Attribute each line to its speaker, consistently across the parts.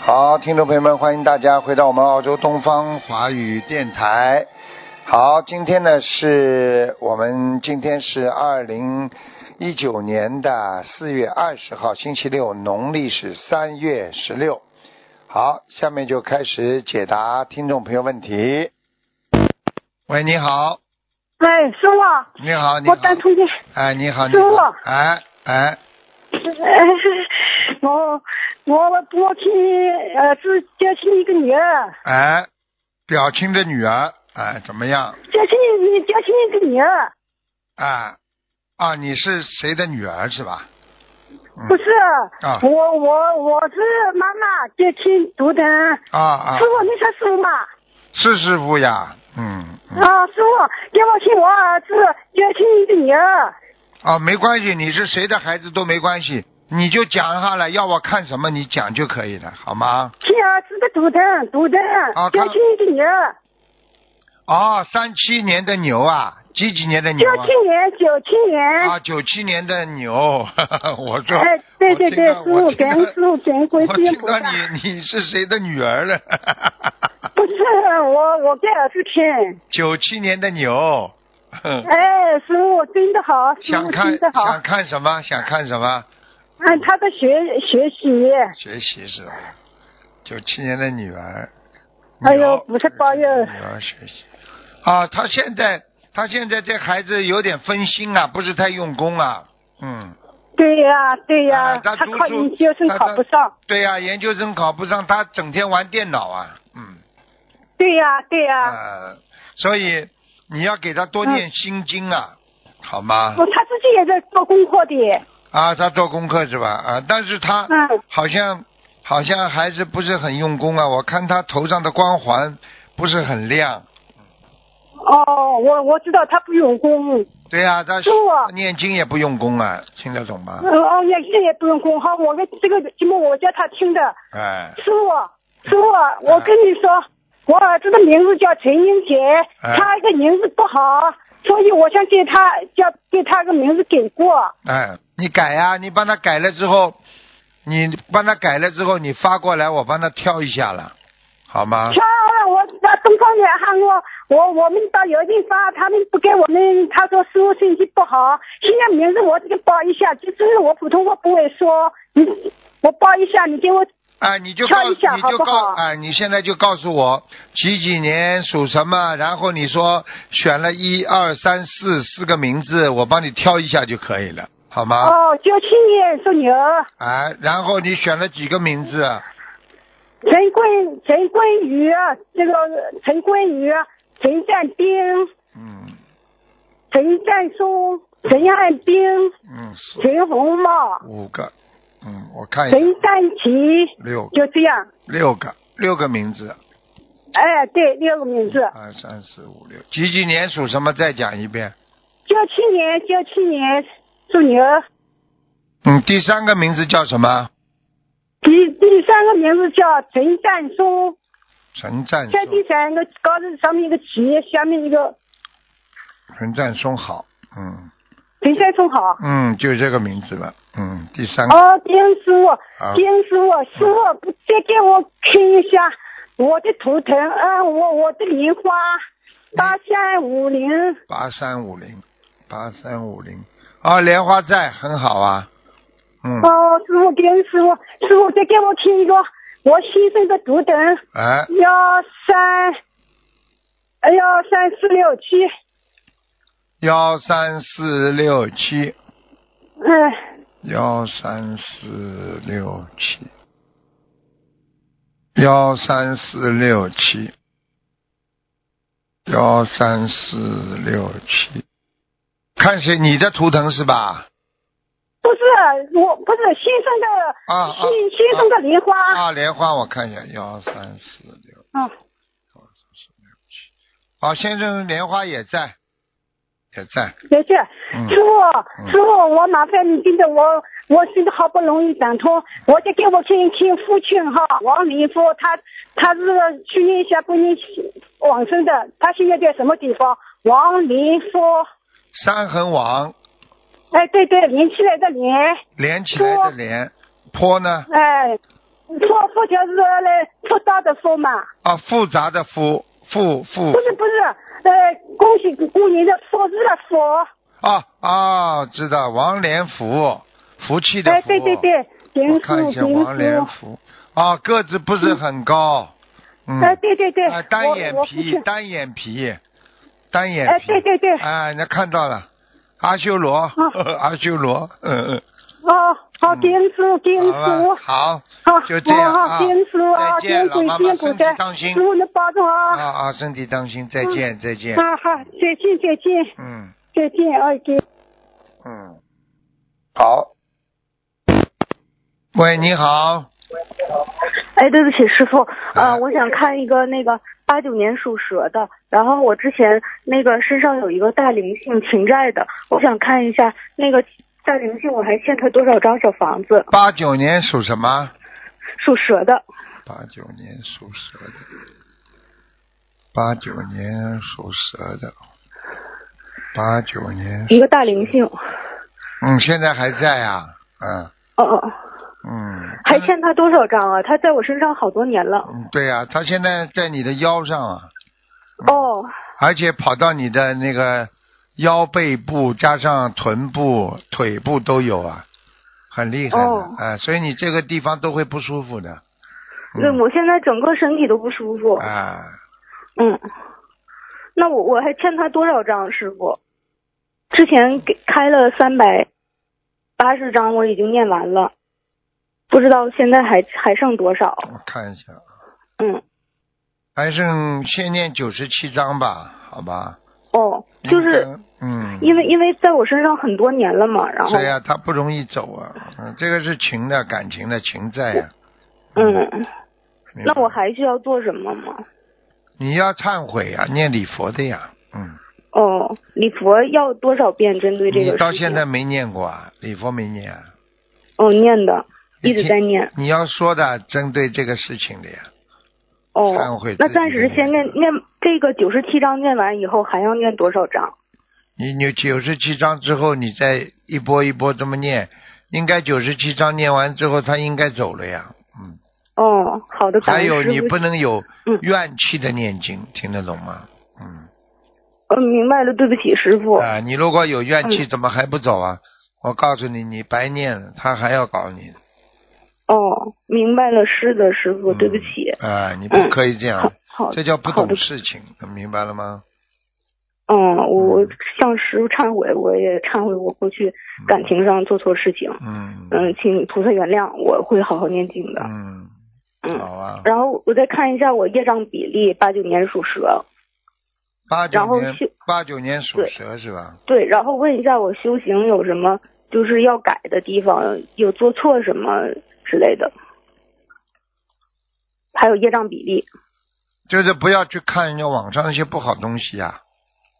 Speaker 1: 好，听众朋友们，欢迎大家回到我们澳洲东方华语电台。好，今天呢是我们今天是二零一九年的四月二十号，星期六，农历是三月十六。好，下面就开始解答听众朋友问题。喂，你好，
Speaker 2: 哎，师傅，
Speaker 1: 你好，你
Speaker 2: 我
Speaker 1: 好，
Speaker 2: 打通电，
Speaker 1: 哎，你好，你
Speaker 2: 师傅
Speaker 1: 好，哎哎，
Speaker 2: 哎，我我我听呃是接亲一个女儿，
Speaker 1: 哎，表亲的女儿，哎，怎么样？
Speaker 2: 接亲一接亲一个女儿，
Speaker 1: 哎，啊，你是谁的女儿是吧？嗯
Speaker 2: 不是，
Speaker 1: 啊
Speaker 2: 我我我是妈妈接亲读的，
Speaker 1: 啊啊
Speaker 2: 师，傅你是师傅吗？
Speaker 1: 是师傅呀，嗯，嗯
Speaker 2: 啊，师傅给我听我儿子接亲一个女儿，
Speaker 1: 啊，没关系，你是谁的孩子都没关系，你就讲下来，要我看什么你讲就可以了，好吗？
Speaker 2: 亲儿子的读的读的
Speaker 1: 啊，
Speaker 2: 接
Speaker 1: 看
Speaker 2: 亲一个女儿，
Speaker 1: 哦，三七年的牛啊，几几年的
Speaker 2: 九
Speaker 1: 牛啊？
Speaker 2: 七年九七年，
Speaker 1: 啊，九七年的牛， 我说，
Speaker 2: 哎，对对对，师
Speaker 1: 我
Speaker 2: 傅
Speaker 1: 听
Speaker 2: 感
Speaker 1: 到
Speaker 2: 恩师傅感恩
Speaker 1: 我
Speaker 2: 观世音
Speaker 1: 听
Speaker 2: 菩
Speaker 1: 到
Speaker 2: 萨。
Speaker 1: 你你是谁的女儿了？
Speaker 2: 不是我，我给儿子听。
Speaker 1: 九七年的牛，哼
Speaker 2: 哎，师傅真的好，师
Speaker 1: 想
Speaker 2: 傅
Speaker 1: 看
Speaker 2: 真的好。
Speaker 1: 想看什么？想看什么？
Speaker 2: 嗯，他的学学习，
Speaker 1: 学习是吧？九七年的女儿。
Speaker 2: 哎呦
Speaker 1: 牛
Speaker 2: 不是抱怨
Speaker 1: 女儿学习。啊，他现在他现在这孩子有点分心啊，不是太用功啊。嗯，
Speaker 2: 对呀、对呀、
Speaker 1: 啊他
Speaker 2: 他
Speaker 1: 读
Speaker 2: 考
Speaker 1: 书
Speaker 2: 研究生
Speaker 1: 他
Speaker 2: 考
Speaker 1: 他
Speaker 2: 不上。
Speaker 1: 对呀、研究生考不上，他整天玩电脑啊。嗯。
Speaker 2: 对呀、对呀、
Speaker 1: 呃，所以你要给他多念心经啊，好吗？
Speaker 2: 嗯我哦他自己也在做功课的。
Speaker 1: 啊，他做功课是吧？啊，但是他
Speaker 2: 嗯，
Speaker 1: 好像好像还是不是很用功啊，我看他头上的光环不是很亮。
Speaker 2: 哦，我我知道他不用功，
Speaker 1: 对呀、他
Speaker 2: 师傅
Speaker 1: 念经也不用功啊，听得懂吗？
Speaker 2: 嗯，哦，也也也不用功。好，我跟这个节目我叫他听的。
Speaker 1: 哎，
Speaker 2: 师傅，师傅，我跟你说，我儿子的名字叫陈英杰，
Speaker 1: 哎
Speaker 2: 他这个名字不好，所以我想给他叫给他个名字给过。
Speaker 1: 哎，你改呀、你帮他改了之后，你帮他改了之后，你发过来，我帮他挑一下了，好吗？
Speaker 2: 漂亮，我到东方远航我我我们到邮递发，他们不给我们，他说师傅信息不好。现在名字我给报一下，就是我普通话不会说，你我报一下，你给我
Speaker 1: 哎，你就告
Speaker 2: 挑一下
Speaker 1: 你就
Speaker 2: 好不
Speaker 1: 告
Speaker 2: 好
Speaker 1: 哎，你现在就告诉我几几年属什么，然后你说选了一二三四四个名字，我帮你挑一下就可以了，好吗？
Speaker 2: 哦，九七年属牛，
Speaker 1: 哎，然后你选了几个名字？啊
Speaker 2: 陈桂陈桂宇，啊这个陈桂宇，啊陈占兵。
Speaker 1: 嗯
Speaker 2: 陈占松、陈汉斌、
Speaker 1: 嗯，四
Speaker 2: 陈红茂、
Speaker 1: 五个，嗯，我看一下，
Speaker 2: 陈占奇，
Speaker 1: 六个
Speaker 2: 就这样。
Speaker 1: 六个六个名字，
Speaker 2: 哎，对，六个名字。
Speaker 1: 二三四五六，几几年属什么？再讲一遍。
Speaker 2: 九七年，九七年属牛。
Speaker 1: 嗯，第三个名字叫什么？
Speaker 2: 第第三个名字叫陈占松，
Speaker 1: 陈占松
Speaker 2: 在，第三个高字上面一个齐，下面一个
Speaker 1: 陈占松好，嗯
Speaker 2: 陈占松好。
Speaker 1: 嗯，就这个名字吧，嗯，第三个。
Speaker 2: 哦，丁师
Speaker 1: 啊
Speaker 2: 傅，丁师傅，师傅不再给我看一下我的图腾，嗯，我我的莲花八三五零，
Speaker 1: 八三五零，八三五零，啊，莲花寨很好啊，嗯，
Speaker 2: 哦，师傅，别人师傅，师傅再给我听一个我先生的图腾，
Speaker 1: 哎，
Speaker 2: 幺三，哎幺三四六七，
Speaker 1: 幺三四六七，
Speaker 2: 嗯，
Speaker 1: 幺三四六七，幺三四六七，幺三四六七，看谁你的图腾是吧？
Speaker 2: 不是，我不是先生的，
Speaker 1: 啊啊
Speaker 2: 先先生的莲花，
Speaker 1: 啊，莲花我看一下，幺三四六，
Speaker 2: 嗯，
Speaker 1: 好，先生莲花也在，也在，
Speaker 2: 谢谢，
Speaker 1: 嗯
Speaker 2: 师傅，师傅，我麻烦你，真的我。我真的好不容易打通，我再给我看一看父亲哈，王林夫，他他是去年下半年往生的，他现在在什么地方？王林夫，
Speaker 1: 山横王。
Speaker 2: 哎，对对，连起来的连，
Speaker 1: 连起来的连，坡呢？
Speaker 2: 哎，佛佛就是来佛道的佛嘛，
Speaker 1: 啊，复杂的复复复
Speaker 2: 不是不是，呃，恭喜过年的佛日的佛，
Speaker 1: 啊啊，知道王连福，福气的福。
Speaker 2: 哎，对对对，
Speaker 1: 我
Speaker 2: 平
Speaker 1: 看
Speaker 2: 叔
Speaker 1: 一下王连
Speaker 2: 平叔，
Speaker 1: 福啊，个子不是很高，嗯，
Speaker 2: 哎，对对对，
Speaker 1: 啊，单眼
Speaker 2: 我我父
Speaker 1: 皮，
Speaker 2: 亲
Speaker 1: 单眼皮，单眼皮。
Speaker 2: 哎，对对对，啊
Speaker 1: 哎，那看到了，阿修罗，阿修罗，嗯
Speaker 2: 哦，好，
Speaker 1: 嗯
Speaker 2: 平叔平
Speaker 1: 嗯，
Speaker 2: 叔，
Speaker 1: 好吧，好，
Speaker 2: 好，
Speaker 1: 就这样
Speaker 2: 好
Speaker 1: 啊
Speaker 2: 好，平叔啊，
Speaker 1: 再见
Speaker 2: 辛苦
Speaker 1: 老妈妈
Speaker 2: 辛苦
Speaker 1: 身
Speaker 2: 的
Speaker 1: 体当心，
Speaker 2: 祝你保重
Speaker 1: 啊
Speaker 2: 啊，
Speaker 1: 啊，身体当心，再见，再见，
Speaker 2: 啊好，再见再见
Speaker 1: 嗯
Speaker 2: 再见，哎，再见。
Speaker 1: 嗯，好。喂，你好，
Speaker 3: 哎，对不起，师傅，
Speaker 1: 啊
Speaker 3: 呃，我想看一个那个八九年属蛇的，然后我之前那个身上有一个大灵性情债的，我想看一下那个大灵性我还欠他多少张小房子？
Speaker 1: 八九年属什么？
Speaker 3: 属蛇的，
Speaker 1: 八九年属蛇的，八九年属蛇的，八九年，
Speaker 3: 一个大灵性，哦
Speaker 1: 嗯，现在还在啊，嗯
Speaker 3: 嗯嗯，嗯
Speaker 1: 嗯，
Speaker 3: 还欠他多少张啊？他在我身上好多年了。
Speaker 1: 嗯对呀、啊，他现在在你的腰上啊，
Speaker 3: 哦，
Speaker 1: 而且跑到你的那个腰背部加上臀部、腿部都有啊，很厉害的，
Speaker 3: 哦
Speaker 1: 啊，所以你这个地方都会不舒服的，
Speaker 3: 对，我现在整个身体都不舒服。
Speaker 1: 啊，
Speaker 3: 嗯，那我我还欠他多少张，师傅？之前给开了三百八十张，我已经念完了，不知道现在还还剩多少。
Speaker 1: 我看一下，
Speaker 3: 嗯，
Speaker 1: 还剩先念九十七章吧，好吧，
Speaker 3: 哦，就是
Speaker 1: 应该嗯，
Speaker 3: 因为因为在我身上很多年了嘛，然后
Speaker 1: 对呀、他不容易走啊，嗯，这个是情的感情啊的情债呀、
Speaker 3: 嗯，
Speaker 1: 明白
Speaker 3: 那我还需要做什么吗？
Speaker 1: 你要忏悔啊，念礼佛的呀，嗯，
Speaker 3: 哦，礼佛要多少遍？针对这个
Speaker 1: 你到
Speaker 3: 事
Speaker 1: 现
Speaker 3: 情
Speaker 1: 在没念过啊，礼佛没念啊，
Speaker 3: 哦念的，
Speaker 1: 你
Speaker 3: 一直
Speaker 1: 听
Speaker 3: 在念
Speaker 1: 你要说的针对这个事情的呀，
Speaker 3: 哦
Speaker 1: 忏悔。
Speaker 3: 那
Speaker 1: 自己
Speaker 3: 暂时
Speaker 1: 的
Speaker 3: 先
Speaker 1: 念
Speaker 3: 念念这个九十七章念完以后，还要念多少章？
Speaker 1: 你你九十七章之后，你再一波一波这么念，应该九十七章念完之后，他应该走了呀，嗯，
Speaker 3: 哦，好的，感
Speaker 1: 还
Speaker 3: 恩
Speaker 1: 有
Speaker 3: 师
Speaker 1: 你
Speaker 3: 傅
Speaker 1: 不能有
Speaker 3: 嗯
Speaker 1: 怨气的念经，听得懂吗？嗯。
Speaker 3: 呃，明白了，对不起，师傅。
Speaker 1: 啊，你如果有怨气，
Speaker 3: 嗯
Speaker 1: 怎么还不走啊？我告诉你，你白念了，他还要搞你。
Speaker 3: 哦，明白了，是的，师傅，
Speaker 1: 嗯
Speaker 3: 对不起。
Speaker 1: 啊，你不
Speaker 3: 嗯
Speaker 1: 可以这
Speaker 3: 好
Speaker 1: 样，，
Speaker 3: 好，
Speaker 1: 这叫不
Speaker 3: 好的
Speaker 1: 懂。事情，明白了吗？
Speaker 3: 嗯，我
Speaker 1: 嗯
Speaker 3: 向师傅忏悔，我也忏悔我过去感情上做错事情。
Speaker 1: 嗯
Speaker 3: 嗯，请菩萨原谅，我会好好念经的。
Speaker 1: 嗯，
Speaker 3: 嗯，
Speaker 1: 好啊。
Speaker 3: 然后我再看一下我业障比例，八九年属蛇。
Speaker 1: 八
Speaker 3: 然
Speaker 1: 九
Speaker 3: 后
Speaker 1: 年
Speaker 3: 修
Speaker 1: 八九年属
Speaker 3: 对
Speaker 1: 蛇是吧？
Speaker 3: 对，然后问一下我修行有什么就是要改的地方，有做错什么之类的，还有业障比例。
Speaker 1: 就是不要去看人家网上那些不好东西呀。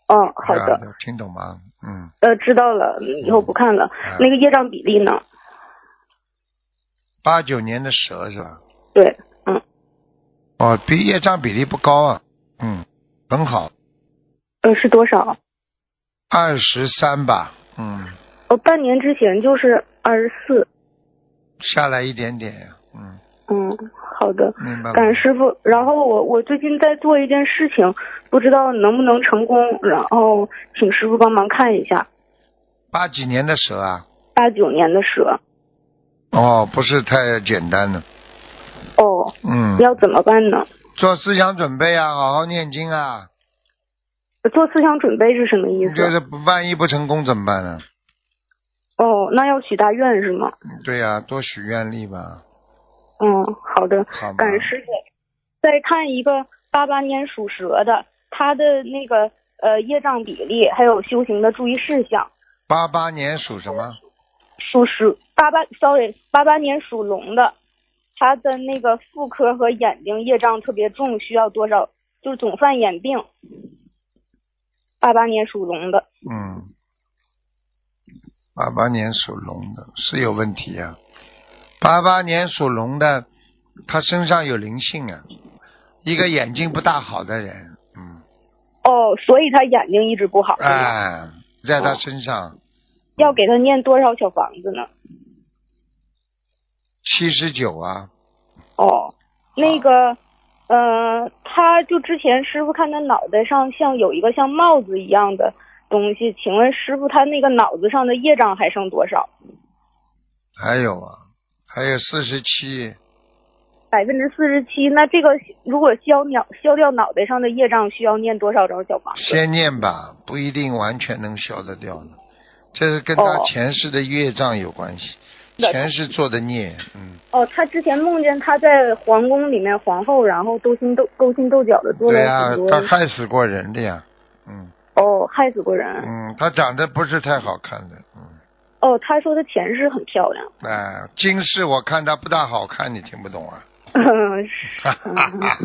Speaker 3: 嗯，好的。
Speaker 1: 啊，听懂吗？嗯，
Speaker 3: 呃，知道了，以后不看了。
Speaker 1: 啊
Speaker 3: 那个业障比例呢？
Speaker 1: 八九年的蛇是吧？
Speaker 3: 对，嗯，
Speaker 1: 哦，比业障比例不高啊。嗯，很好，
Speaker 3: 呃，是多少？
Speaker 1: 二十三吧。嗯，
Speaker 3: 呃，半年之前就是二十四。
Speaker 1: 下来一点点呀。嗯。
Speaker 3: 嗯，好的，
Speaker 1: 明白了。
Speaker 3: 感恩师傅。然后我我最近在做一件事情，不知道能不能成功，然后请师傅帮忙看一下。
Speaker 1: 八几年的蛇啊？
Speaker 3: 八九年的蛇，
Speaker 1: 哦，不是太简单了。
Speaker 3: 哦，
Speaker 1: 嗯，
Speaker 3: 要怎么办呢？
Speaker 1: 做思想准备啊，好好念经啊。
Speaker 3: 做思想准备是什么意思？
Speaker 1: 就是万一不成功怎么办啊呢？
Speaker 3: 哦，那要许大愿是吗？
Speaker 1: 对呀、多许愿力吧，
Speaker 3: 嗯，好的。
Speaker 1: 好吗
Speaker 3: 感？恩师傅。再看一个八八年属蛇的，他的那个呃业障比例，还有修行的注意事项。
Speaker 1: 八八年属什么？
Speaker 3: 属蛇八八，sorry，八八年属龙的，他的那个妇科和眼睛业障特别重，需要多少？就是总犯眼病。八八年属龙的，
Speaker 1: 嗯，八八年属龙的是有问题呀、八八年属龙的，他身上有灵性啊，一个眼睛不大好的人，嗯，
Speaker 3: 哦，所以他眼睛一直不好，是吗
Speaker 1: 哎，在他身上
Speaker 3: 要给他念多少小房子呢？
Speaker 1: 七十九啊，
Speaker 3: 哦，那个，呃，他就之前师傅看他脑袋上像有一个像帽子一样的东西，请问师傅他那个脑子上的业障还剩多少？
Speaker 1: 还有啊，还有四十七，
Speaker 3: 百分之四十七。那这个如果消鸟消掉脑袋上的业障，需要念多少张小房子？
Speaker 1: 先念吧，不一定完全能消得掉的，这是跟他
Speaker 3: 哦
Speaker 1: 前世的业障有关系，
Speaker 3: 那
Speaker 1: 前世做的孽，嗯，
Speaker 3: 哦，他之前梦见他在皇宫里面皇后，然后斗心斗勾心斗角的做
Speaker 1: 对
Speaker 3: 了
Speaker 1: 呀、
Speaker 3: 很多、
Speaker 1: 他害死过人的呀，嗯
Speaker 3: 哦，害死过人。
Speaker 1: 嗯，他长得不是太好看的，嗯，
Speaker 3: 哦，他说他前世很漂亮。
Speaker 1: 哎、今世我看他不大好看，你听不懂 啊？
Speaker 3: 嗯，
Speaker 1: 哈哈哈，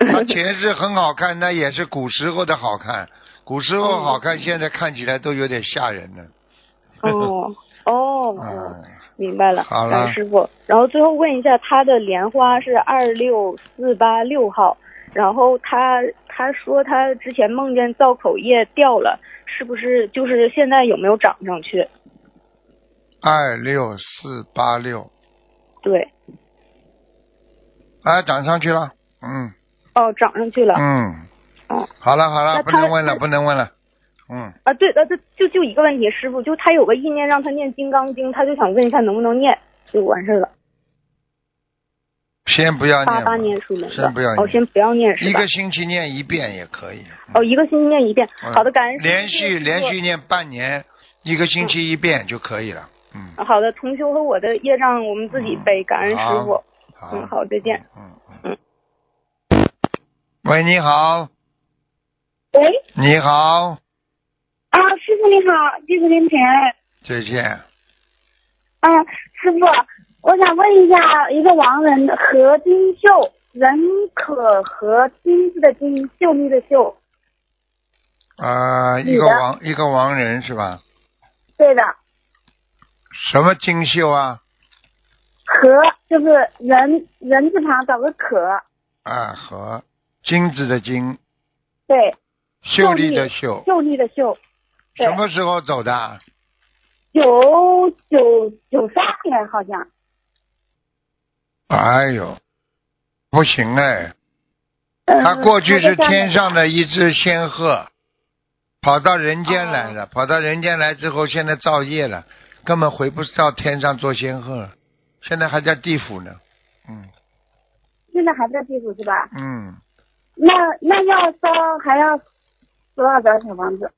Speaker 1: 他前世很好看，那也是古时候的好看。古时候好
Speaker 3: 嗯
Speaker 1: 看，现在看起来都有点吓人呢。
Speaker 3: 哦哦，
Speaker 1: 嗯，
Speaker 3: 明白了，
Speaker 1: 好了
Speaker 3: 感恩师傅。然后最后问一下，他的莲花是二六四八六号，然后他他说他之前梦见造口业掉了，是不是就是现在有没有涨上去？
Speaker 1: 二六四八六，
Speaker 3: 对，
Speaker 1: 哎，涨上去了。嗯
Speaker 3: 哦，涨上去了。
Speaker 1: 嗯
Speaker 3: 哦，
Speaker 1: 好了好了，
Speaker 3: 那
Speaker 1: 不
Speaker 3: 他
Speaker 1: 能问了
Speaker 3: 是
Speaker 1: 不能问了。嗯，
Speaker 3: 啊，对，呃，就就就一个问题，师傅，就他有个意念让他念《金刚经》，他就想问一下能不能念，就完事儿了。
Speaker 1: 先不要
Speaker 3: 八
Speaker 1: 念吧
Speaker 3: 八，年属龙的
Speaker 1: 先不要，
Speaker 3: 哦，
Speaker 1: 念，
Speaker 3: 先不要念是
Speaker 1: 一
Speaker 3: 吧
Speaker 1: 个？星期念一遍也可以。
Speaker 3: 哦，一个星期念一遍。
Speaker 1: 嗯
Speaker 3: 好的，感恩师傅
Speaker 1: 连续
Speaker 3: 谢谢师
Speaker 1: 连
Speaker 3: 傅
Speaker 1: 续念半年，一个星期一遍就可以了。嗯，
Speaker 3: 好的，同修和我的业障我们自己背，感恩师傅。
Speaker 1: 好。
Speaker 3: 嗯，好，再见。
Speaker 1: 嗯嗯
Speaker 3: 嗯。
Speaker 1: 喂，你好，
Speaker 2: 喂，
Speaker 1: 你好，
Speaker 2: 啊，师傅你好，弟子跟前。
Speaker 1: 再见。
Speaker 2: 啊，师傅，我想问一下，一个亡人何金秀，人可和金子的金，秀丽的秀，
Speaker 1: 啊，一
Speaker 2: 女
Speaker 1: 个
Speaker 2: 的
Speaker 1: 亡一个亡人是吧？
Speaker 2: 对的，
Speaker 1: 什么精秀啊？
Speaker 2: 和就是人人字旁找个可，
Speaker 1: 啊，和金子的金，
Speaker 2: 对，
Speaker 1: 秀丽的秀，
Speaker 2: 秀丽的秀，对
Speaker 1: 什么时候走的？
Speaker 2: 九九九三年好像，
Speaker 1: 哎呦，不行哎，
Speaker 2: 嗯
Speaker 1: 他过去是天，
Speaker 2: 他在下
Speaker 1: 上的一只仙鹤，跑到人间
Speaker 2: 哦
Speaker 1: 来了，跑到人间来之后，现在造业了，根本回不到天上做仙鹤了，现在还在地府呢。嗯
Speaker 2: 面现在还在地府是吧？
Speaker 1: 嗯，
Speaker 2: 那那要烧还要多少张小房子？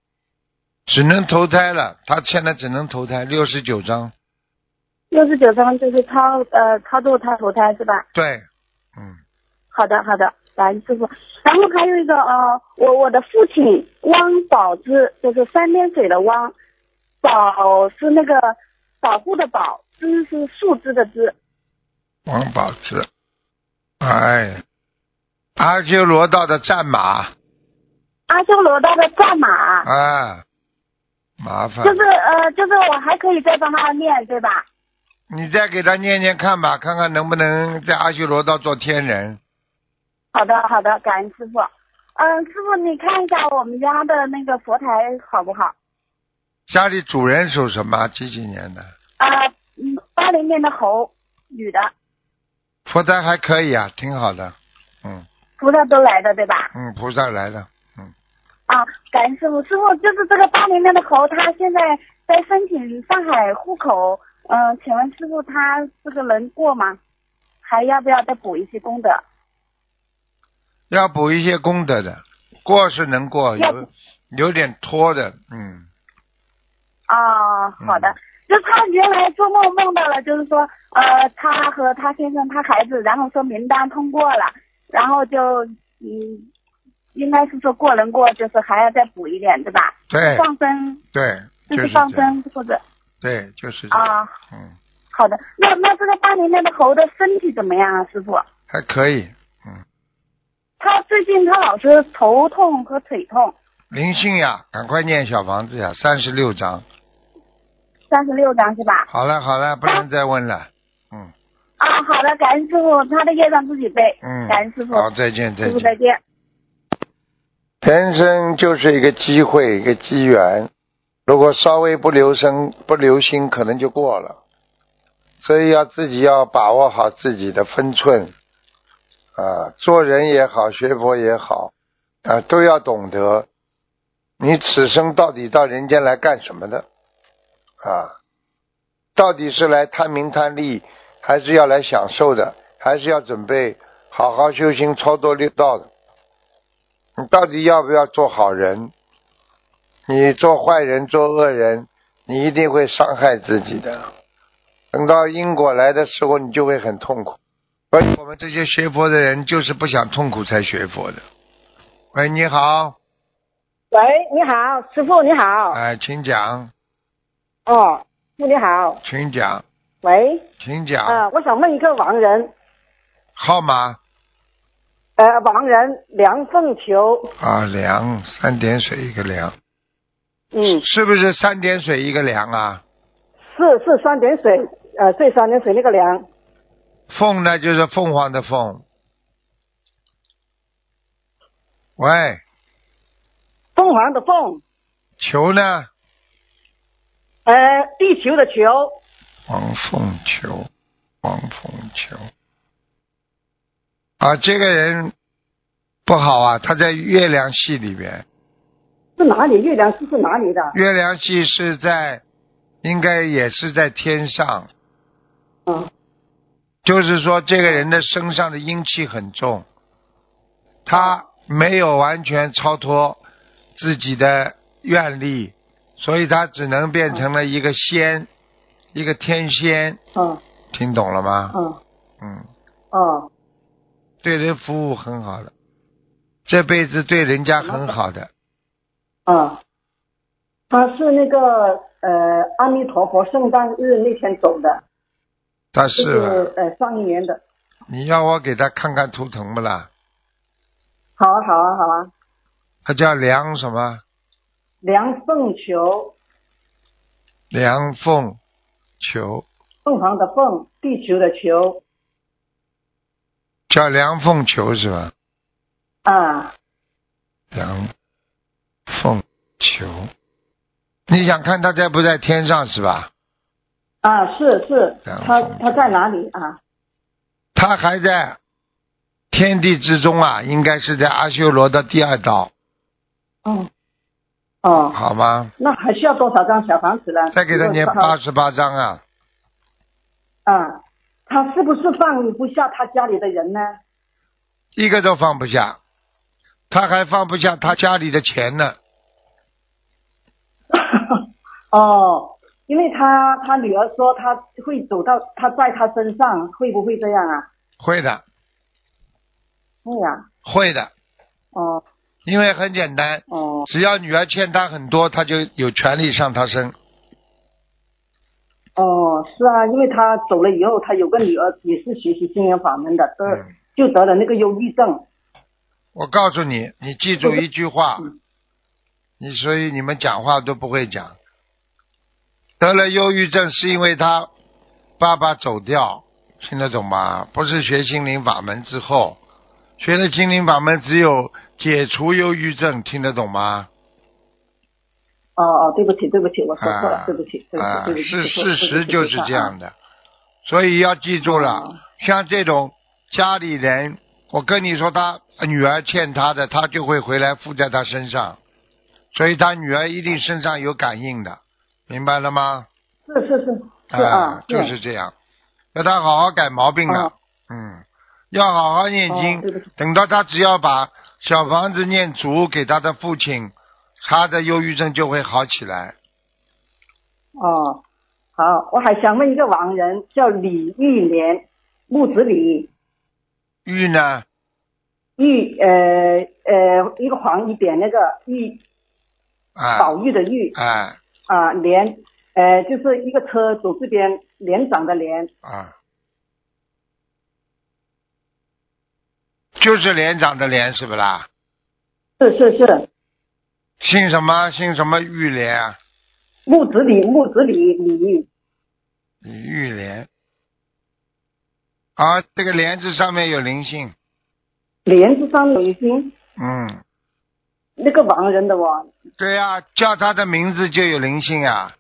Speaker 1: 只能投胎了，他现在只能投胎六十九章。
Speaker 2: 六十九张就是超呃超度他投胎是吧？
Speaker 1: 对，嗯，
Speaker 2: 好的，好的，感恩师傅。然后还有一个呃，我我的父亲汪宝之，就是三点水的汪，宝是那个保护的保，之是树枝的枝。
Speaker 1: 王宝之，哎，阿修罗道的战马
Speaker 2: 阿修罗道的战马，
Speaker 1: 啊，麻烦
Speaker 2: 就。是呃，就是我还可以再帮他念，对吧？
Speaker 1: 你再给他念念看吧，看看能不能在阿修罗道做天人。
Speaker 2: 好的，好的，感恩师傅。嗯、师傅你看一下我们家的那个佛台好不好？
Speaker 1: 家里主人属什么？几几年的？
Speaker 2: 啊、嗯，八零年的猴，女的，
Speaker 1: 佛台还可以啊，挺好的。嗯
Speaker 2: 菩萨都来的，对吧？
Speaker 1: 嗯，菩萨来了。嗯，
Speaker 2: 啊，感恩师傅，师傅就是这个八零年的猴，他现在在申请上海户口，呃，请问师傅他这个能过吗？还要不要再补一些功德？
Speaker 1: 要补一些功德的，过是能过，
Speaker 2: 要
Speaker 1: 有有点拖的。嗯，
Speaker 2: 啊，好的，就他原来做梦梦到了，就是说，呃，他和他先生、他孩子，然后说名单通过了，然后就嗯，应该是说过能过，就是还要再补一点，对吧？
Speaker 1: 对
Speaker 2: 放生
Speaker 1: 对，
Speaker 2: 就
Speaker 1: 就是是
Speaker 2: 放
Speaker 1: 这样。
Speaker 2: 生或者
Speaker 1: 对，就是这样。
Speaker 2: 啊，
Speaker 1: 嗯，
Speaker 2: 好的，那那这个八零年的猴的身体怎么样啊，师傅？
Speaker 1: 还可以。
Speaker 2: 他最近他老是头痛和腿痛，
Speaker 1: 灵性呀，赶快念小房子呀，三十六章。
Speaker 2: 三十六张是吧？
Speaker 1: 好了好了，不能再问了。嗯
Speaker 2: 啊，好的，感恩师傅，他的业障自己背。
Speaker 1: 嗯，
Speaker 2: 感恩师傅，
Speaker 1: 好，再见再
Speaker 2: 师
Speaker 1: 见。
Speaker 2: 傅嗯再见。
Speaker 1: 人生就是一个机会，一个机缘，如果稍微不留神、不留心，可能就过了。所以要自己要把握好自己的分寸，啊，做人也好，学佛也好，啊，都要懂得，你此生到底到人间来干什么的？啊，到底是来贪名贪利，还是要来享受的，还是要准备好好修行超脱六道的？你到底要不要做好人？你做坏人、做恶人，你一定会伤害自己的。等到因果来的时候，你就会很痛苦。所以我们这些学佛的人，就是不想痛苦才学佛的。喂，你好，
Speaker 2: 喂，你好，师傅你好。
Speaker 1: 哎，请讲，
Speaker 2: 哦，师傅你好，
Speaker 1: 请讲，
Speaker 2: 喂，
Speaker 1: 请讲，
Speaker 2: 呃，我想问一个亡人，
Speaker 1: 号码
Speaker 2: 呃，亡人梁凤求，
Speaker 1: 啊，梁三点水一个梁，
Speaker 2: 嗯，
Speaker 1: 是不是三点水一个梁啊？
Speaker 2: 是是三点水，呃，对三点水那个梁，
Speaker 1: 凤呢，就是凤凰的凤。喂，
Speaker 2: 凤凰的凤，
Speaker 1: 球呢？
Speaker 2: 呃，地球的球，
Speaker 1: 黄凤球，黄凤球。啊，这个人不好啊，他在月亮系里边。
Speaker 2: 是哪里？月亮是是哪里的？
Speaker 1: 月亮系是在，应该也是在天上，
Speaker 2: 嗯，
Speaker 1: 就是说这个人的身上的阴气很重，他没有完全超脱自己的愿力，所以他只能变成了一个仙，一个天仙，
Speaker 2: 嗯
Speaker 1: 听懂了吗？
Speaker 2: 嗯
Speaker 1: 嗯，
Speaker 2: 哦，
Speaker 1: 对人服务很好的，这辈子对人家很好的，
Speaker 2: 啊，他是那个呃阿弥陀佛圣诞日那天走的，
Speaker 1: 但
Speaker 2: 就是
Speaker 1: 吧
Speaker 2: 是呃上一年的。
Speaker 1: 你要我给他看看图腾不啦？
Speaker 2: 好啊，好啊，好啊。
Speaker 1: 他叫梁什么？
Speaker 2: 梁凤求，
Speaker 1: 梁凤球，
Speaker 2: 凤凰的凤，地球的球
Speaker 1: 叫梁凤球是吧？
Speaker 2: 啊，
Speaker 1: 梁凤球，你想看他在不在天上是吧？
Speaker 2: 啊，是是，
Speaker 1: 梁
Speaker 2: 他
Speaker 1: 凤
Speaker 2: 他在哪里啊？
Speaker 1: 他还在天地之中啊，应该是在阿修罗的第二道，
Speaker 2: 哦，哦，
Speaker 1: 好吗？
Speaker 2: 那还需要多少张小房子呢？
Speaker 1: 再给他念
Speaker 2: 如果
Speaker 1: 八
Speaker 2: 他
Speaker 1: 十八章啊，嗯
Speaker 2: 啊，他是不是放不下他家里的 人呢？
Speaker 1: 一个都放不下，他还放不下他家里的钱呢。
Speaker 2: 哦，因为他他女儿说他会走到他在他身上，会不会这样啊？
Speaker 1: 会的，
Speaker 2: 会啊，
Speaker 1: 会的，
Speaker 2: 哦
Speaker 1: 因为很简单，
Speaker 2: 哦
Speaker 1: 只要女儿欠他很多，他就有权利上他身。
Speaker 2: 哦，是啊，因为他走了以后，他有个女儿也是学习心灵法门的，得、
Speaker 1: 嗯
Speaker 2: 就得了那个忧郁症。
Speaker 1: 我告诉你，你记住一句话
Speaker 2: 嗯，
Speaker 1: 你所以你们讲话都不会讲。得了忧郁症是因为他爸爸走掉，听得懂吗？不是学心灵法门之后，学了心灵法门只有解除忧郁症，听得懂吗？
Speaker 2: 哦哦，对不起对不起，我说错了，
Speaker 1: 啊
Speaker 2: 对不起对不
Speaker 1: 啊
Speaker 2: 起对不，起，
Speaker 1: 是
Speaker 2: 对不
Speaker 1: 事
Speaker 2: 起啊
Speaker 1: 实就是这。样的，所以要记住了。
Speaker 2: 哦
Speaker 1: 像这种家里人，我跟你说，他女儿欠他的，他就会回来附在他身上，所以他女儿一定身上有感应的，明白了吗？
Speaker 2: 对不起是是是是啊，
Speaker 1: 就是这样，要他好好改毛病的，
Speaker 2: 哦
Speaker 1: 嗯，要好好念经
Speaker 2: 哦对不起，
Speaker 1: 等到他只要把小房子念足给他的父亲，他的忧郁症就会好起来。
Speaker 2: 哦。好，我还想问一个亡人，叫李玉莲，木子李，
Speaker 1: 玉呢，
Speaker 2: 玉呃呃一个黄一点那个玉，
Speaker 1: 啊、
Speaker 2: 宝玉的玉
Speaker 1: 哎
Speaker 2: 啊莲，呃就是一个车走这边连长的连
Speaker 1: 啊，就是连长的连是不啦？
Speaker 2: 是是是
Speaker 1: 姓什么？姓什么玉莲啊？
Speaker 2: 木子李木子李李
Speaker 1: 李嗯玉莲。啊，这个莲字上面有灵性，
Speaker 2: 莲是上已经
Speaker 1: 嗯，
Speaker 2: 那个亡人的哦，
Speaker 1: 对呀、叫他的名字就有灵性啊。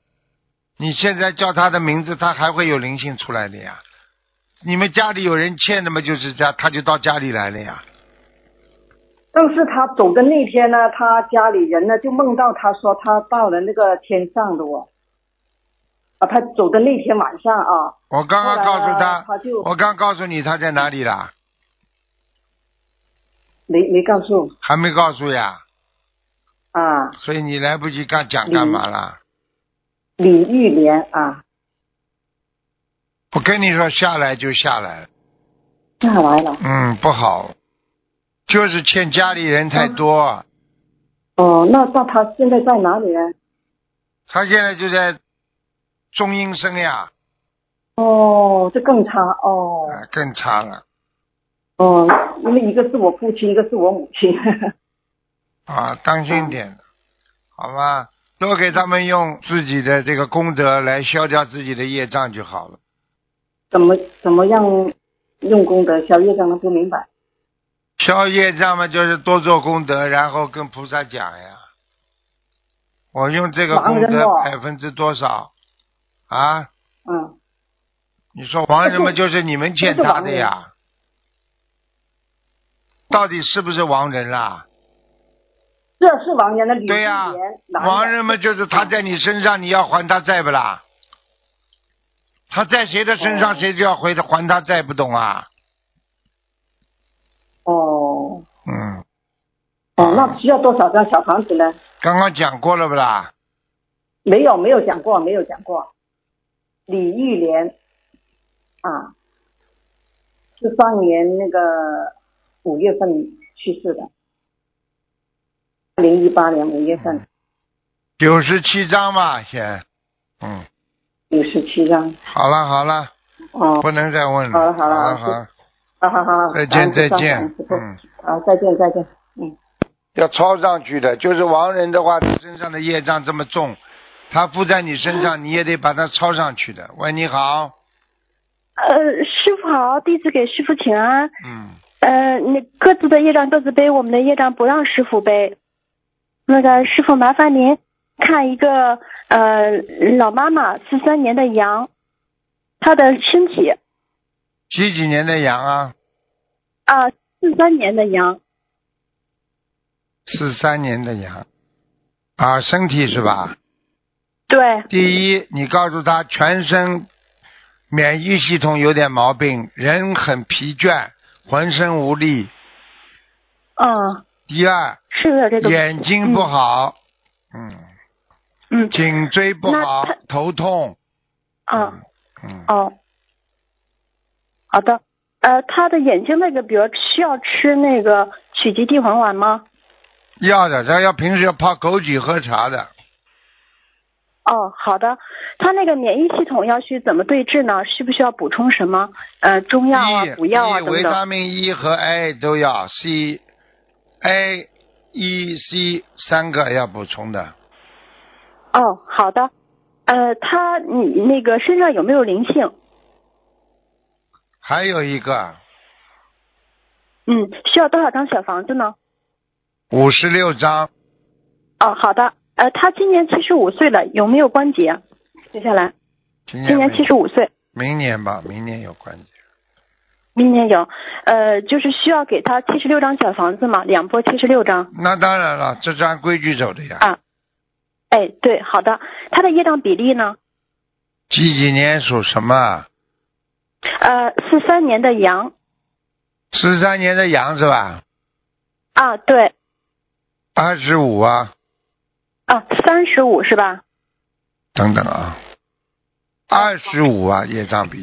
Speaker 1: 你现在叫他的名字，他还会有灵性出来的呀。你们家里有人欠的嘛，就是家他就到家里来了呀。
Speaker 4: 但是他走的那天呢，他家里人呢就梦到他说他到了那个天上的哦，啊，他走的那天晚上啊，
Speaker 1: 我刚刚告诉
Speaker 4: 后来他就
Speaker 1: 我刚告诉你他在哪里啦，
Speaker 4: 没没告诉
Speaker 1: 还没告诉呀，
Speaker 4: 啊，
Speaker 1: 所以你来不及干讲干嘛啦？
Speaker 4: 李玉莲啊，
Speaker 1: 我跟你说，下来就下来了，
Speaker 4: 下来了，
Speaker 1: 嗯，不好，就是欠家里人太多。
Speaker 4: 哦，那那他现在在哪里呢？
Speaker 1: 他现在就在中阴身呀，
Speaker 4: 哦，这更差哦
Speaker 1: 啊更差了
Speaker 4: 哦，因为一个是我父亲，一个是我母亲，
Speaker 1: 啊，当心点，好吗？多给他们用自己的这个功德来消掉自己的业障就好了。
Speaker 4: 怎么怎么样用功德消业障呢？不明白。
Speaker 1: 消业障嘛，就是多做功德，然后跟菩萨讲呀。我用这个功
Speaker 4: 盲人
Speaker 1: 德
Speaker 4: 哦
Speaker 1: 百分之多少啊？
Speaker 4: 嗯，
Speaker 1: 你说亡人嘛，就是你们欠他的呀？到底是不啊是亡人啦、
Speaker 4: 这是王源的李玉
Speaker 1: 对呀、
Speaker 4: 莲，男的
Speaker 1: 亡人嘛，就是他在你身上，你要还他债不啦？他在谁的身上，
Speaker 4: 哦
Speaker 1: 谁就要回他还他债，不懂啊？
Speaker 4: 哦
Speaker 1: 嗯，
Speaker 4: 哦，那需要多少张小房子呢？
Speaker 1: 刚刚讲过了不啦？
Speaker 4: 没有没有讲过，没有讲过。李玉莲啊，是上年那个五月份去世的，二零一八年五月份。
Speaker 1: 九十七章嘛，先，嗯，
Speaker 4: 有十七张。
Speaker 1: 好了好了，
Speaker 4: 哦，
Speaker 1: 不能再问
Speaker 4: 好
Speaker 1: 了，
Speaker 4: 了好了
Speaker 1: 好了
Speaker 4: 谢
Speaker 1: 好了，
Speaker 4: 好好好，
Speaker 1: 再见再
Speaker 4: 感
Speaker 1: 见
Speaker 4: 恩师，父
Speaker 1: 嗯，
Speaker 4: 啊，再见再见，嗯，
Speaker 1: 要抄上去的，就是亡人的话，他身上的业障这么重，他附在你身上，你也得把它抄上去的。喂，你好，
Speaker 5: 呃，师傅好，弟子给师傅请安。
Speaker 1: 嗯，
Speaker 5: 呃，那各自的业障各自背，我们的业障不让师傅背。那个师傅，麻烦您看一个呃老妈妈，四三年的羊，她的身体
Speaker 1: 几几年的羊啊？
Speaker 5: 啊，四三年的羊，
Speaker 1: 四三年的羊，啊，身体是吧？
Speaker 5: 对，
Speaker 1: 第一，你告诉他全身免疫系统有点毛病，人很疲倦，浑身无力。
Speaker 5: 嗯，
Speaker 1: 第二，
Speaker 5: 是有这个，
Speaker 1: 眼睛不好，嗯，
Speaker 5: 嗯，
Speaker 1: 颈椎不好
Speaker 5: 那他，
Speaker 1: 头痛，
Speaker 5: 啊，
Speaker 1: 嗯，
Speaker 5: 哦，好的，呃，她的眼睛那个，比如需要吃那个曲奇地黄丸吗？
Speaker 1: 要的，他要平时要泡枸杞喝茶的。
Speaker 5: 哦，好的。他那个免疫系统要去怎么对治呢？需不需要补充什么呃中药啊
Speaker 1: E、、
Speaker 5: 补药啊
Speaker 1: E
Speaker 5: 等
Speaker 1: 维他
Speaker 5: 等？
Speaker 1: 命 E 和 A 都要，C、A、E、C 三个要补充的。
Speaker 5: 哦，好的。呃，他你那个身上有没有灵性？
Speaker 1: 还有一个
Speaker 5: 嗯，需要多少张小房子呢？
Speaker 1: 五十六章，
Speaker 5: 哦，好的。呃，他今年七十五岁了，有没有关节？啊接下来，
Speaker 1: 今
Speaker 5: 今年
Speaker 1: 没
Speaker 5: 七十五岁，
Speaker 1: 明年吧，明年有关节。
Speaker 5: 明年有。呃，就是需要给他七十六张小房子嘛，两波七十六张。
Speaker 1: 那当然了，这是按规矩走的呀。
Speaker 5: 啊哎，对，好的。他的业障比例呢？
Speaker 1: 几几年属什么？
Speaker 5: 呃，四三年的羊
Speaker 1: 十三年的羊是吧？
Speaker 5: 啊，对。
Speaker 1: 二十五啊，
Speaker 5: 啊，三十五是吧？
Speaker 1: 等等啊，二十五啊，业障比